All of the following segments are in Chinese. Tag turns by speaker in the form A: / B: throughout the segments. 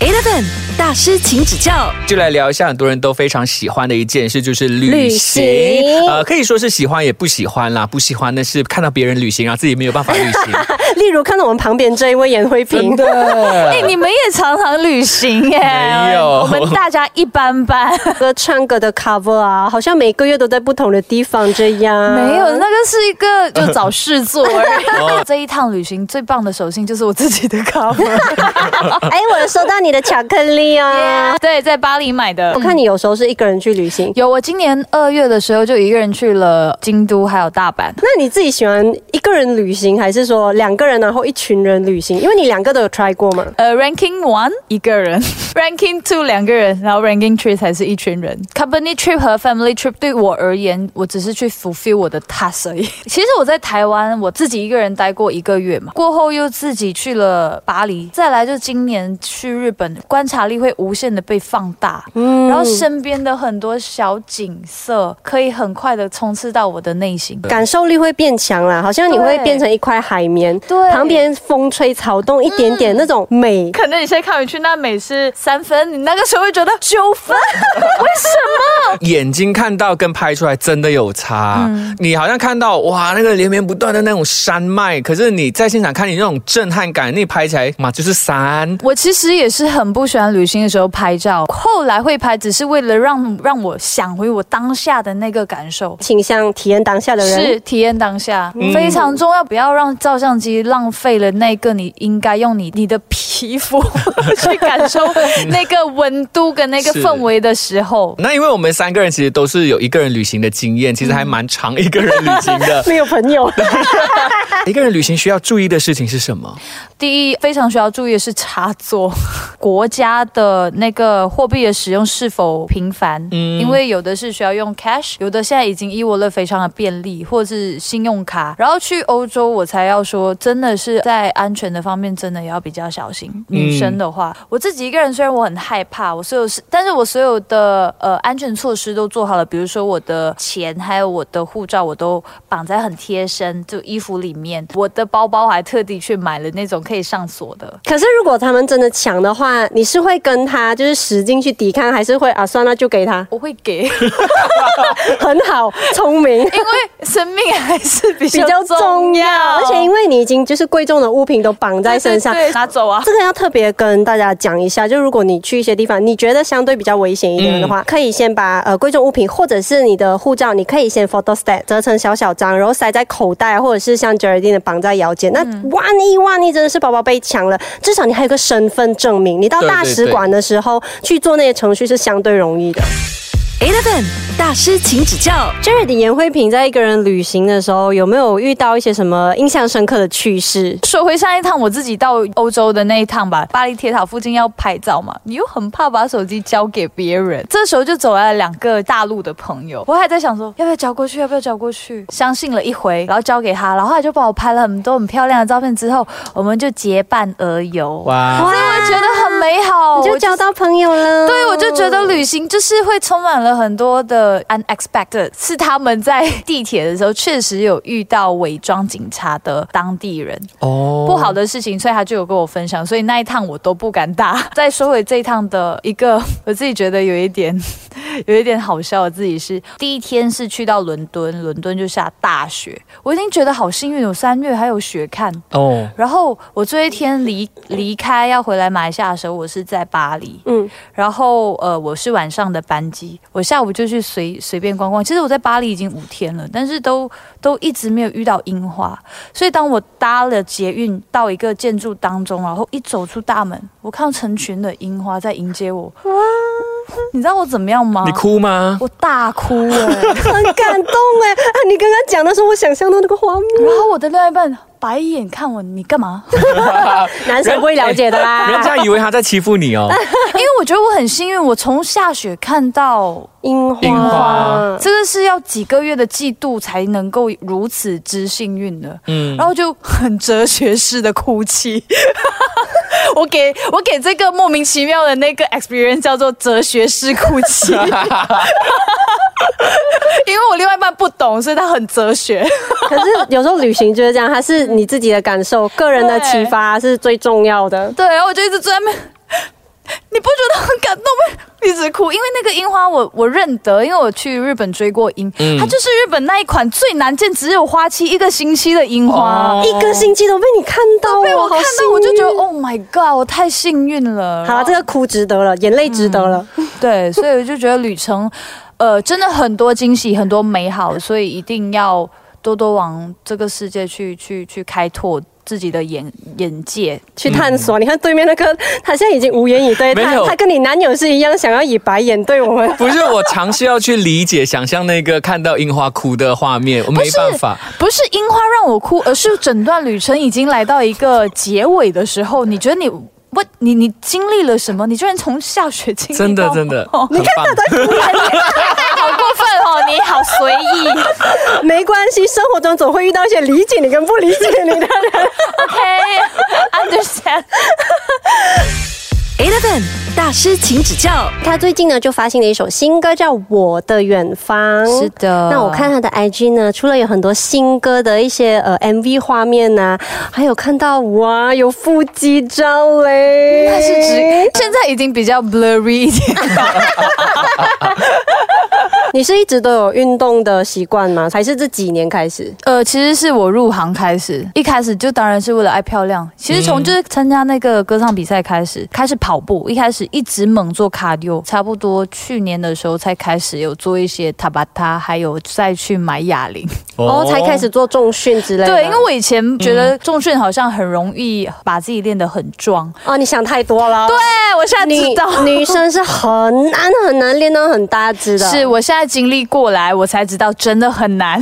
A: Eleven 大师，请指教。
B: 就来聊一下很多人都非常喜欢的一件事，就是旅行。
A: 旅行
B: 呃，可以说是喜欢也不喜欢啦，不喜欢的是看到别人旅行，然后自己没有办法旅 行。
C: 例如看到我们旁边这一位严慧
B: 真
C: 萍，
B: 的，
D: 哎、你们也常常旅行耶？
B: 没有
D: 我们大家一般般。
C: 歌唱歌的 cover 啊，好像每个月都在不同的地方这样。
D: 没有，那个是一 个就找事做
B: 哦
D: 而已。这一趟旅行最棒的手信就是我自己的 cover，
C: 哎，我有收到你的巧克力啊！
D: 对，在巴黎买的。
C: 我看你有时候是一个人去旅行，
D: 有，我今年二月的时候就一个人去了京都还有大阪。
C: 那你自己喜欢一个人旅行，还是说两个人然后一群人旅行？因为你两个都有 try 过嘛。
D: 呃，ranking one 一个人 ，ranking two 两个人，然后 ranking three 才是一群人。Company trip 和 family trip 对我而言，我只是去 fulfill 我的 task 而已。 其实我在台湾我自己一个人待过一个月嘛，过后又自己去了巴黎，再来就今年去日本，观察力会无限的被放大，然后身边的很多小景色可以很快的冲刺到我的内心。
C: 感受力会变强啦，好像你会变成一块海绵，
D: 对嗯
C: 旁边风吹草动一点点那种美，
D: 可能你现在看回去，那美是三分，你那个时候会觉得九分， 为什么？
B: 眼睛看到跟拍出来真的有差。
D: 嗯
B: 你好像看到哇，那个连绵不断的那种山脉，可是你在现场看你那种震撼感，那你拍起来嘛就是山。
D: 我其实也是很不喜欢旅行的时候拍照，后来会拍，只是为了让让我想回我当下的那个感受，
C: 倾向体验当下的人。。
D: 是体验当下、非常重要，不要让照相机浪费了那个你应该用你你的皮肤 去感受那个温度跟那个
B: 是
D: 氛围的时候。
B: 那因为我们三个人其实都是有一个人旅行的经验，其实还蛮长一个人旅行的
C: 没有朋友，
B: 一个人旅行需要注意的事情是什么？
D: 第一，非常需要注意的是插座，国家的那个货币的使用是否频繁？
B: 嗯
D: 因为有的是需要用 cash，有的现在已经 e wallet 非常的便利，或是信用卡。然后去欧洲，我才要说，真的是在安全的方面，真的也要比较小心。女生的话，我自己一个人虽然我很害怕，我所有事，但是我所有的呃安全措施都做好了，比如说我的钱还有我的护照，我都绑在很贴身，就衣服里面。我的包包还特地去买了那种可以上锁的。
C: 可是如果他们真的抢的话，你是会跟他就是使劲去抵抗，还是会啊算了就给他？
D: 我会给，因
C: 很好，聪明。
D: 为生命还是 比
C: 比
D: 较
C: 较重
D: 重
C: 要，
D: 要，
C: 而且因为你已经就是贵重的物品都绑在身上，
D: 对对对拿走啊。
C: 这个要特别跟大家讲一下，就如果你去一些地方，你觉得相对比较危险一
B: 嗯
C: 点的话，可以先把呃贵重物品或者是你的护照，你可以先 photo stat 折成小小张，然后塞在口袋，或者是像 Geraldine 的绑在腰间。那万一万一真的是包包被抢了，至少你还有个身份证明。你到
B: 对对
C: 大使馆的时候去做那些程序是相对容易的。
A: Eleven 大师，请指教。
C: Jared 严慧萍在一个人旅行的时候，有没有遇到一些什么印象深刻的趣事？
D: 说回上一趟我自己到欧洲的那一趟吧，巴黎铁塔附近要拍照嘛，你又很怕把手机交给别人，这时候就走来了两个大陆的朋友，我还在想说要不要交过去，要不要交过去，相信了一回，然后交给他，然后他就帮我拍了很多很漂亮的照片，之后我们就结伴而游，哇，
B: 哇，
D: 所以我觉得很美好，
C: 哦你就
D: 我
C: 交到朋友了。
D: 对，我就觉得旅行就是会充满了很多的 unexpected，是他们在地铁的时候确实有遇到伪装警察的当地人，
B: 哦
D: 不好的事情，所以他就有跟我分享，所以那一趟我都不敢搭。 再说回这一趟的一个， 我自己觉得有一点， 有一点好笑。我自己是第一天是去到伦敦，伦敦就下大雪，我已经觉得好幸运，有三月还有雪看。
B: 哦，
D: 然后我这一天离离开要回来马来西亚的时候，我是在巴黎，
C: 嗯
D: 嗯，然后呃我是晚上的班机，我下午就去随随便逛逛。其实我在巴黎已经五天了，但是都都一直没有遇到樱花，所以当我搭了捷运到一个建筑当中，然后一走出大门，我看到成群的樱花在迎接我，哇！你知道我怎么样
C: 啊
D: 吗
B: 你？哭吗？
D: 我大哭哎、
C: 很感动哎！啊，你刚刚讲的时候，我想象到那个画面，
D: 然后我的另外一半白眼看我，你干嘛？
C: 男生不会了解的
B: 人
C: 啦。
B: 家以为他在欺负你 哦。
D: 因为我觉得我很幸运，我从下雪看到
C: 樱花，
B: 樱
C: 嗯
B: 花
D: 这个是要几个月的季度才能够如此之幸运的，
B: 嗯，
D: 然后就很哲学式的哭泣。 我给我给这个莫名其妙的那个 experience 叫做哲学式哭泣，因为我另外一半不懂，所以他很哲学。
C: 可是有时候旅行就是这样，它是你自己的感受，个人的启发是最重要的。
D: 对，然后我就一直在那边。 你不觉得很感动吗？一直哭，因为那个樱花我我认得，因为我去日本追过樱，
B: 嗯
D: 它就是日本那一款最难见只有花期一个星期的樱花。
B: 哦
C: 一个星期都被你看到，
D: 被我
C: 好
D: 看到，
C: 幸运
D: 我就觉得 Oh my God，我太幸运了。
C: 好了，这个哭值得了，眼泪值得了。
D: 对，所以我就觉得旅程，呃，真的很多惊喜，很多美好，所以一定要多多往这个世界去去去开拓自己的眼眼界。
C: 去探索，你看对面那个，他现在已经无言以对，
B: 没
C: 他
B: 有
C: 他跟你男友是一样，想要以白眼对 我们。
B: 不是我尝试要去理解、想象那个看到樱花哭的画面，我没
D: 是
B: 办法。
D: 不是樱花让我哭，而是整段旅程已经来到一个结尾的时候，你觉得你我你你经历了什么？你居然从下雪经历
B: 真的
D: 到
B: 真的，
D: 哦
B: 很棒。
D: 好过分哦！你好随意。
C: 没关系，生活中总会遇到一些理解你跟不理解你的人。
D: OK，understand、
A: Eleven 大师，请指教。
C: 他最近呢就发行了一首新歌，叫《我的远方》。
D: 是的
C: 那我看他的 IG 呢，除了有很多新歌的一些呃 MV 画面呐、还有看到哇有腹肌照嘞。
D: 它是指现在已经比较 blurry 一点。
C: 你是一直都有运动的习惯吗？还是这几年开始？
D: 呃，其实是我入行开始，一开始就当然是为了爱漂亮。其实从就是参加那个歌唱比赛开始，开始跑步，一开始一直猛做 cardio，差不多去年的时候才开始有做一些塔巴塔，还有再去买哑铃。
C: 哦，才开始做重训之类的。
D: 对，因为我以前觉得重训好像很容易把自己练得很壮。
C: 哦，你想太多了。对，
D: 哎，我现在知
C: 女
D: 道。
C: 女生是很难很难练到很大只的，
D: 是我现在经历过来，我才知道真的很难。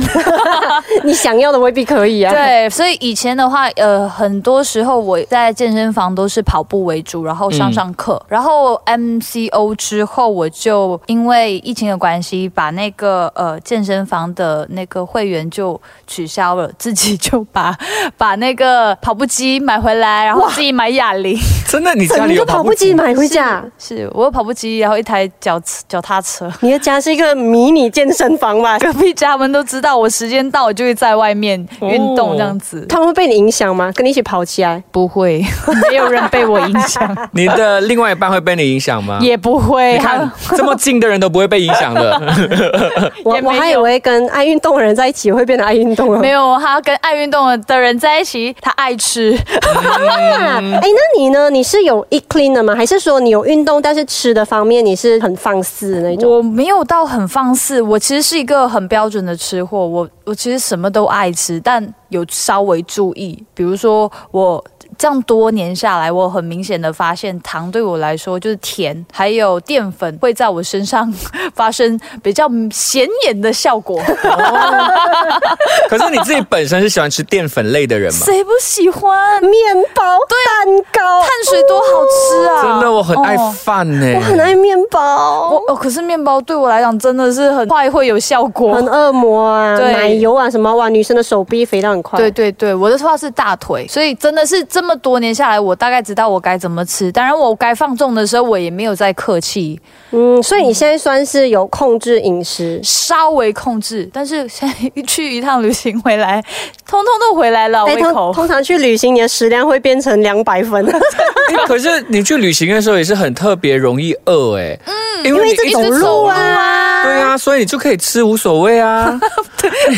C: 你想要的未必可以啊。，
D: 对，所以以前的话，呃，很多时候我在健身房都是跑步为主，然后上上课，然后 MCO 之后，我就因为疫情的关系，把那个呃健身房的那个会员就取消了，自己就把 把那个跑步机买回来，然后自己买哑铃。
B: 真的，你家里
C: 整
B: 有
C: 个跑
B: 跑
C: 步
B: 步
C: 机
B: 机？
C: 买回家。
D: 是我有跑步机，然后一台脚脚踏车。
C: 你的家是一个迷你健身房吧？
D: 隔壁家们都知道，我时间到，我就会在外面运动这样子。
C: 他们会被你影响吗？跟你一起跑起来？
D: 不会， 没有人被我影响。
B: 你的另外一半会被你影响 吗？
D: 也不会
B: 啊你。看这么近的人都不会被影响的，
C: 我
D: 也没
C: 我
D: 有
C: 还以为跟爱运动的人在一起会变得爱运动 了。
D: 没有，他跟爱运动的人在一起，他爱吃。
C: 啊，哎，那你呢？你是有 e clean 的吗？还是说你有运动，但是吃的方面你是很放肆的那种？
D: 我没有到很放肆，我其实是一个很标准的吃货。我我其实什么都爱吃，但有稍微注意，比如说我。这样多年下来，我很明显的发现，糖对我来说就是甜，还有淀粉会在我身上 发生比较显眼的效 果。
B: 可是你自己本身是喜欢吃淀粉类的人吗？
D: 谁不喜欢？
C: 面包、蛋糕，
D: 碳水多好吃啊！
B: 真的，我很爱
D: 哦
B: 饭呢、
C: 我很爱面包
D: 我，哦，可是面包对我来讲真的是很快会有效果。
C: 很恶魔啊，
D: 对
C: 奶油啊什么哇，女生的手臂肥到很快。
D: 对，对对，我的话是大腿，所以真的是这么多年下来，我大概知道我该怎么吃。当然，我该放纵的时候，我也没有再客气，
C: 嗯，所以你现在算是有控制饮食。
D: 稍微控制。但是现在去一趟旅行回来，通通都回来了，
C: 哎
D: 胃
C: 通
D: 口。
C: 通常去旅行，你的食量会变成两百分，
B: 欸可是你去旅行的时候也是很特别容易饿哎、嗯，因
C: 因
B: 为
C: 为
B: 你
C: 这
B: 一
C: 走
B: 直
C: 路 啊。
B: 对啊，所以你就可以吃无所谓啊。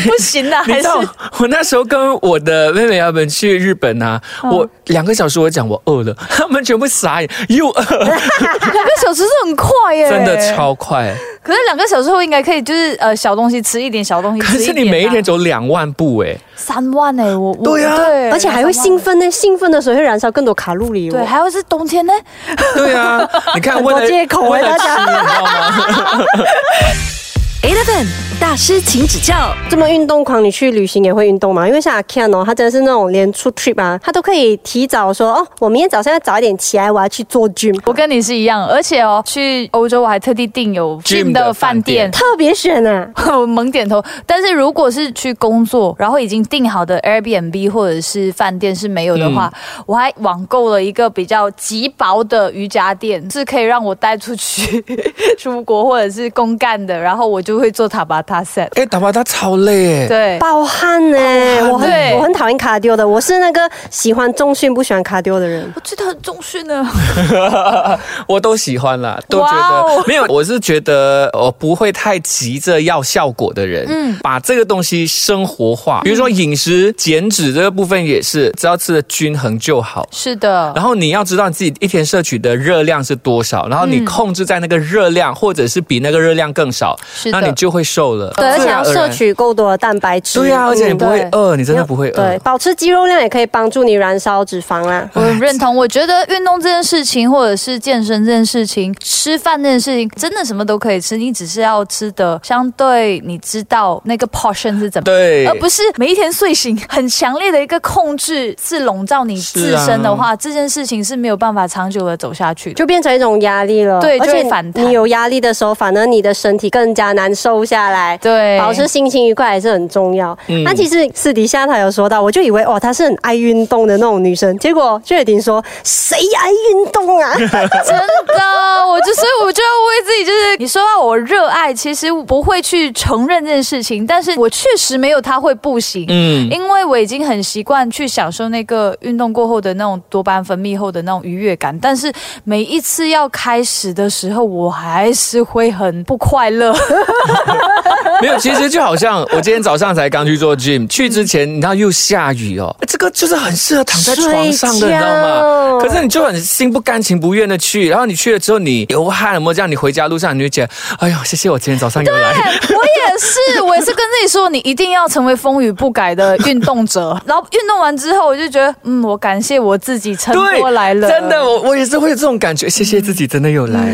D: 不行啊，
B: 你
D: 还是
B: 知道我那时候跟我的妹妹她们去日本啊，
D: 嗯
B: 我两个小时我讲我饿了，她们全部傻眼，又饿，
D: 两个小时是很快耶，
B: 真的。超快。
D: 可是两个小时后应该可以，就是呃小东西吃一点，小东西
B: 可
D: 吃一
B: 是
D: 点啊、
B: 你每一天走两万步哎、
D: 三万哎，我我
B: 对啊
C: 而且还会
D: 兴
C: 兴奋呢，兴奋的时候会燃烧更多卡路里哦。
D: 对，还有是冬天呢，
B: 对啊，你看
C: 很
B: 为
C: 多
B: 了
C: 借口啊
B: 为了
C: 大
B: 吃，
C: 家
B: 你知道吗？
A: Eleven 大师，请指教。
C: 这么运动狂，你去旅行也会运动吗？因为像阿 Ken 哦，他真的是那种连出 trip 啊，他都可以提早说哦，我明天早上要早一点起来，我要去做 gym。
D: 我跟你是一样，而且哦，去欧洲我还特地订有
B: Gym
D: gym
B: 的
D: 的饭店，
C: 特别选啊，
D: 我猛点头。但是如果是去工作，然后已经订好的 Airbnb 或者是饭店是没有的话，我还网购了一个比较极薄的瑜伽 垫，是可以让我带出去出国或者是公干的，然后我就会做塔巴塔 set。
B: 哎，打巴他超累哎。
D: 对，
C: 暴汗呢、我很
D: 对
C: 我很讨厌卡丢的，我是那个喜欢重训不喜欢卡丢的人。
D: 我觉得很中训呢。
B: 我都喜欢啦，都觉
D: 哇
B: 得
D: 哦
B: 没有，我是觉得我不会太急着要效果的人，嗯，把这个东西生活化，比如
D: 嗯
B: 说饮食减脂这个部分也是，只要吃的均衡就好。
D: 是的，
B: 然后你要知道自己一天摄取的热量是多少，然后
D: 嗯
B: 你控制在那个热量，或者是比那个热量更少，
D: 是
B: 那你
D: 的，
B: 就会瘦了。
D: 对
C: 而且
B: 自然
C: 要
B: 而然
C: 摄。取够多的蛋白质。
B: 啊对啊，而且你
C: 嗯
B: 不会
D: 对
B: 饿，你真的不会饿。
C: 对，保持肌肉量也可以帮助你燃烧脂肪啊啦。
D: 我认同。我觉得运动这件事情，或者是健身这件事情，吃饭这件事情，真的什么都可以吃，你只是要吃的相对你知道那个 portion 是怎么。
B: 对，
D: 而呃不是每一天睡醒很强烈的一个控制是笼罩你
B: 是
D: 自
B: 啊
D: 身的话，这件事情是没有办法长久的走下去的。
C: 就变成一种压力了，
D: 对
C: 而
D: 就会
C: 且
D: 反弹
C: 你有压力的时候，反而你的身体更加难受下来。
D: 对，
C: 保持心情愉快也是很重要。
B: 嗯
C: 那其实私底下她有说到，我就以为哦，她是很爱运动的那种女生，结果薛雪婷说谁爱运动 啊？
D: 真的，我就所以我就要为自己，就是你说到我热爱，其实不会去承认这件事情，但是我确实没有他会不行。
B: 嗯，
D: 因为我已经很习惯去享受那个运动过后的那种多巴胺分泌后的那种愉悦感，但是每一次要开始的时候，我还是会很不快 乐。
B: 没有，其实就好像 我今天早上才刚去做 gym，去之前你知道又下雨哦，这个就是很适合躺在床上的，你
C: 睡觉
B: 知道吗？可是你就很心不甘情不愿的去，然后你去了之后你流汗了，有没有这样？你回家路上你就觉得，哎呦，谢谢我今天早上有来。
D: 我也是，我也是跟自己说，你一定要成为风雨不改的运动者。然后运动完之后，我就觉得，嗯，我感谢我自己撑过来了。
B: 真的，我我也是会有这种感觉，谢谢自己真的有 来。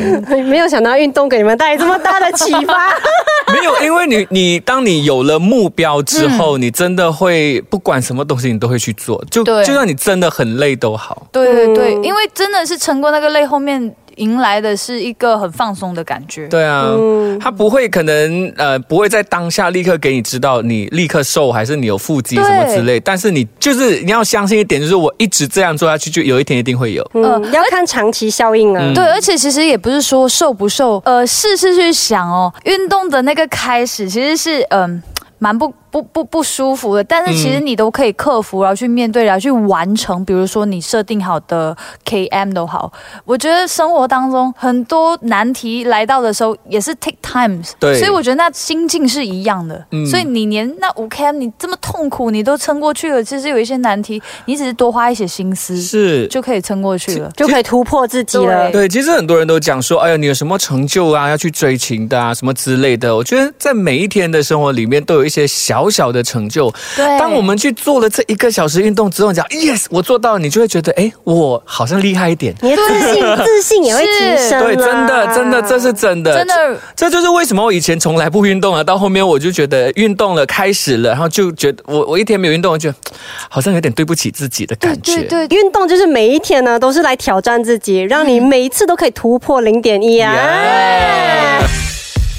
C: 没有想到运动给你们带来这么大的启发。
B: 没有，因为你你当你有了目标之后，
D: 嗯
B: 你真的会不管什么东西你都会去做，就
D: 对
B: 就算你真的很累都好。
D: 对对对，
C: 嗯
D: 因为真的是撑过那个累，后面迎来的是一个很放松的感觉。
B: 对啊，他不会可能呃不会在当下立刻给你知道你立刻瘦还是你有腹肌什么之类，但是你就是你要相信一点，就是我一直这样做下去，就有一天一定会有。
D: 呃
C: 嗯，要看长期效应
B: 嗯
C: 啊。
D: 对，而且其实也不是说瘦不瘦，呃，试试去想哦，运动的那个开始其实是嗯。蛮不不不不舒服的，但是其实你都可以克服，然后去面对，然后去完成。比如说你设定好的 KM 都好，我觉得生活当中很多难题来到的时候，也是 take times。
B: 对
D: 所以我觉得那心境是一样的。
B: 嗯
D: 所以你连那五 KM 你这么痛苦，你都撑过去了。其实有一些难题，你只是多花一些心思，
B: 是。
D: 就可以撑过去了。
C: 就可以突破自己了。
B: 对，其实很多人都讲说，哎呀，你有什么成就啊，要去追寻的啊，什么之类的。我觉得在每一天的生活里面，都有一些小小的成就。
D: 对，
B: 当我们去做了这一个小时运动之后，你讲 yes，我做到了，你就会觉得，哎，我好像厉害一点。
C: 你的自信自信也会提升啊啦。
B: 对，真的，真的，这是真的，
D: 啊真的
B: 这就是为什么我以前从来不运动啊，到后面我就觉得运动了，开始了，然后就觉得我我一天没有运动，我觉得嘖好像有点对不起自己的感觉。
D: 对对对，
C: 运动就是每一天呢，都是来挑战自己，让你每一次都可以突破零点一啊
B: Yeah！。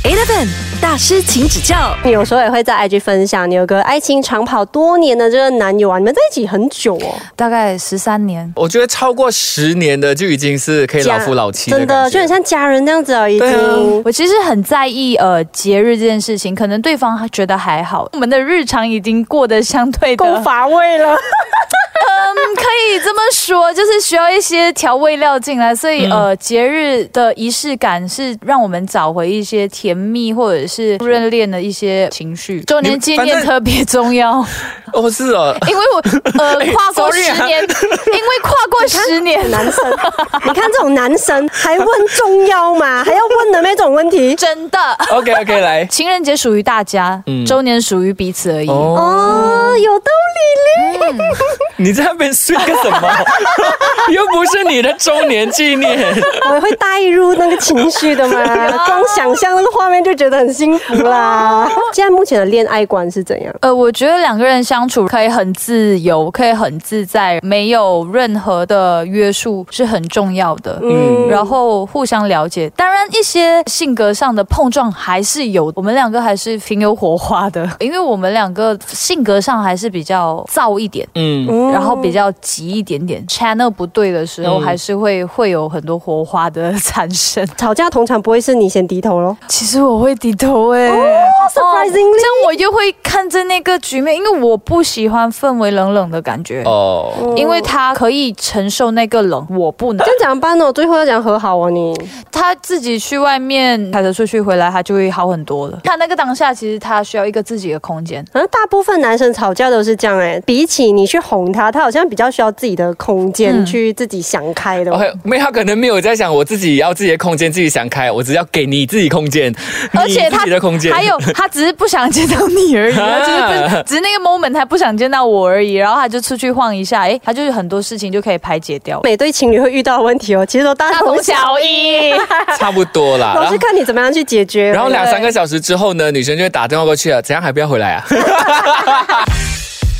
A: Eleven 大师，请指教。
C: 你有时候也会在 IG 分享，你有个爱情长跑多年的这个男友啊，你们在一起很久哦，
D: 大概十三年。
B: 我觉得超过十年的就已经是可以老夫老妻
C: 真的
B: 感
C: 就
B: 觉
C: 很像家人这样子哦，已
B: 对啊
C: 经。
D: 我其实很在意呃节日这件事情，可能对方还觉得还好，我们的日常已经过得相对的，
C: 够
D: 嗯，
C: 乏味了，
D: 可以这么说，就是需要一些调味料进来，所以、呃节日的仪式感是让我们找回一些甜蜜或者是热恋的一些情绪。周年纪
B: 反
D: 念
B: 正
D: 特别重要，
B: 哦，是哦，
D: 因为我呃跨过十
B: sorry 啊
D: 年，因为跨过十年。
C: 男生，你看这种男生还问重要吗？还要问的那种问题？
D: 真的，
B: OK OK，来
D: 情人节属于大家，
B: 嗯
D: 周年属于彼此而已。
B: 哦，
C: 哦，有道理嘞。
B: 你在那边睡个什么？ 又不是你的周年纪念。
C: 我会带入那个情绪的 嘛，光想象那个画面就觉得很幸福
B: 哦
C: 啦。现在目前的恋爱观是怎样？
D: 呃，我觉得两个人相处可以很自由，可以很自在，没有任何的约束是很重要的。
B: 嗯
D: 然后互相了解，当然一些性格上的碰撞还是有，我们两个还是挺有火花的， 因为我们两个性格上还是比较燥一点。
B: 嗯，
C: 嗯
D: 然后比较急一点点，channel 不对的时候，
B: 嗯
D: 还是会会有很多火花的产生。
C: 吵架通常不会是你先低头咯，
D: 其实我会低头哎、
B: 哦
C: Surprisingly
D: 这样我就会看着那个局面，因为我不喜欢氛围冷冷的感觉，
B: 哦，
D: 因为他可以承受那个冷，我不能
C: 这。样讲班哦，最后要讲和好哦，你
D: 他自己去外面开车出去回来，他就会好很多了。他那个当下，其实他需要一个自己的空 间。
C: 好像大部分男生吵架都是这样哎、比起你去哄他，他好像比较需要自己的空间去自己想开的。
B: 嗯 OK，没有，他可能没有在想我自己要自己的空间，自己想开，我只要给你自己空间，
D: 而且
B: 你
D: 他
B: 自己的空间，
D: 还有他只是不想见到你 而已，他就是不只是那个 moment 他不想见到我而已，然后他就出去晃一下，诶，他就是很多事情就可以排解 掉。
C: 每对情侣会遇到的问题哦，其实都大
D: 大
C: 同
D: 同
C: 小。
D: 小异，
B: 差不多啦。
C: 老
B: 然
C: 师
B: 后
C: 看你怎么样去解决。
B: 然后两三个小时之后呢，女生就会打电话过去了，怎样还不要回来啊？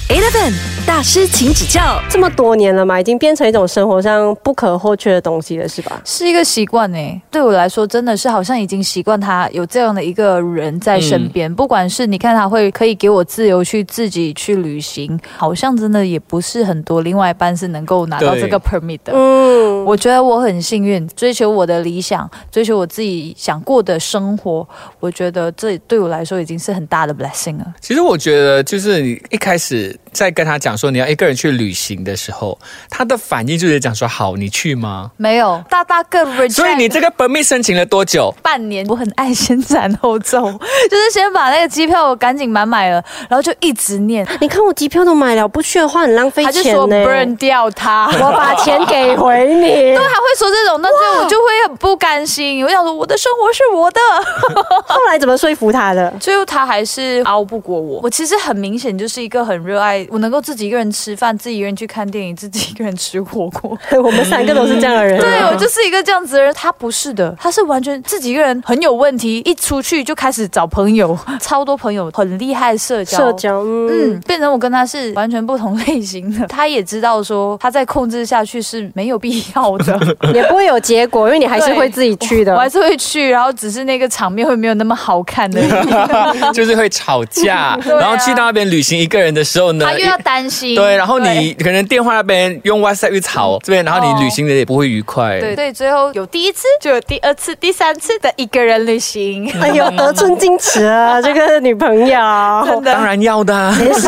A: Eleven 大师，请指教。
C: 这么多年了嘛，已经变成一种生活上不可或缺的东西了，是吧？
D: 是一个习惯诶。对我来说，真的是好像已经习惯他有这样的一个人在
B: 嗯
D: 身边，不管是你看他会可以给我自由去自己去旅行，好像真的也不是很多另外一半是能够拿到
B: 对
D: 这个 permit 的。
C: 嗯，
D: 我觉得我很幸运，追求我的理想，追求我自己想过的生活，我觉得这对我来说已经是很大的 blessing 了。
B: 其实我觉得，就是你一开始在跟他讲说你要一个人去旅行的时候，他的反应就是讲说好，你去吗？
D: 没有大大个 reject，
B: 所以你这个 permit 申请了多久？
D: 半年，我很爱先斩后奏， 就是先把那个机票我赶紧满买了，然后就一直念，
C: 你看我机票都买了，不去的话很浪费
D: 他就
C: 钱
D: 说
C: 呢、
D: burn 掉它。
C: 我 把钱给回你，
D: 他会说这种，那这样我就会很不甘心。我想说，我的生活是我的，
C: 后来怎么说服他的？
D: 最后他还是熬不过我。我其实很明显就是一个很热爱，我能够自己一个人吃饭，自己一个人去看电影，自己一个人吃火锅。
C: 我们三个都是这样的人。
D: 对啊我就是一个这样子的人，他不是的，他是完全自己一个人很有问题，一出去就开始找朋友，超多朋友，很厉害社交。
C: 社交，嗯，
D: 嗯，变成我跟他是完全不同类型的。他也知道说他再控制下去是没有必要的，
C: 也不会有结果，因为你还是会自己去的
D: 嗯我。还是会去，然后只是那个场面会没有那么好看 的，
B: 就是会吵架，
D: 对啊
B: 然后去到那边旅行一个人的时候呢
D: 他，又要担心。
B: 对，然后你
D: 对。
B: 可能电话那边用 WhatsApp 又吵这边，然后你旅行的也不会愉快。
D: 对对，最后有第一次，就有第二次、第三次的一个人旅行，
C: 哎呦，得寸进尺 啊，这个女朋友，
D: 真
B: 哦当
D: 的
B: 然要的、啊。
C: 要为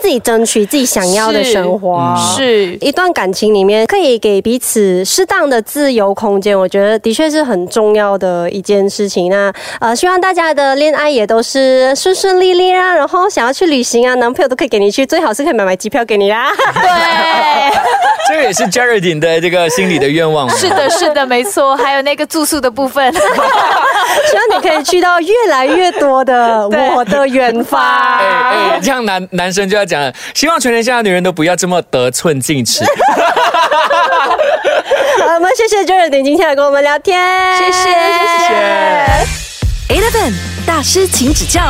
C: 自己争取自己想要的生活。
D: 是
C: 一段感情里面可以给彼此适当的自由空间，我觉得的确是很重要的一件事情。那呃，希望大家的恋爱也都是顺顺利利啊，然后想要去旅行啊，男朋友都可以给你去，最好是可以买买机票给你啊啦。
D: 对。
B: 这个也是 Jaredin 的这个心里的愿望嘛。
D: 是的，是的，没错，还有那个住宿的部分，
C: 希望你可以去到越来越多的
D: 对
C: 我的远方。
B: 哎
D: 啊
B: 哎，这样男男生就要讲了，希望全天下的女人都不要这么得寸 进尺。
C: 好，我们谢谢 j e 今天来跟我们聊天，
D: 谢谢，谢谢。
A: Eleven 大师，请指教。